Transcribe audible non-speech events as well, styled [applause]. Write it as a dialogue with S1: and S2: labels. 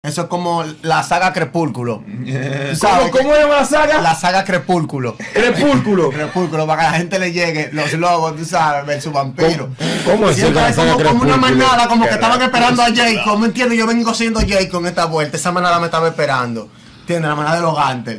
S1: Eso es como la
S2: [laughs]
S1: saga Crepúsculo. Tú
S3: ¿Cómo,
S1: sabes que-
S3: cómo llama la saga?
S1: La saga Crepúsculo.
S3: Crepúsculo.
S1: Crepúsculo, para que a la gente le llegue los lobos, tú sabes, versus vampiros.
S2: ¿Cómo es
S1: Siempre
S2: la
S1: es
S2: saga
S1: como, como una
S2: Crepúsculo?
S1: manada, como que estaban esperando a Jacob, ¿me entiendes? Yo vengo siendo Jacob en esta vuelta, esa manada me estaba esperando. ¿Entiendes? La manada de los Gantel.